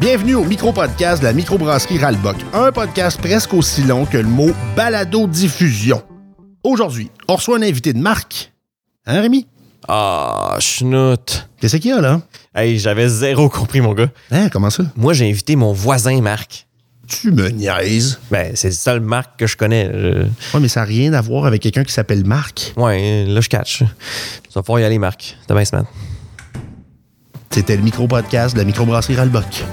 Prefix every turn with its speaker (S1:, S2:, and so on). S1: Bienvenue au micro-podcast de la microbrasserie Ralbock, un podcast presque aussi long que le mot balado-diffusion. Aujourd'hui, on reçoit un invité de marque. Hein, Rémi?
S2: Ah, schnout.
S1: Qu'est-ce qu'il y a, là?
S2: Hey, j'avais zéro compris, mon gars.
S1: Hein, comment ça?
S2: Moi, j'ai invité mon voisin Marc.
S1: Tu me niaises.
S2: Ben, c'est le seul Marc que je connais. Je-
S1: Ouais, mais ça n'a rien à voir avec quelqu'un qui s'appelle Marc.
S2: Ouais, là, je catch. Tu vas pouvoir y aller, Marc. Demain, semaine.
S1: C'était le micro-podcast de la microbrasserie Ralbock.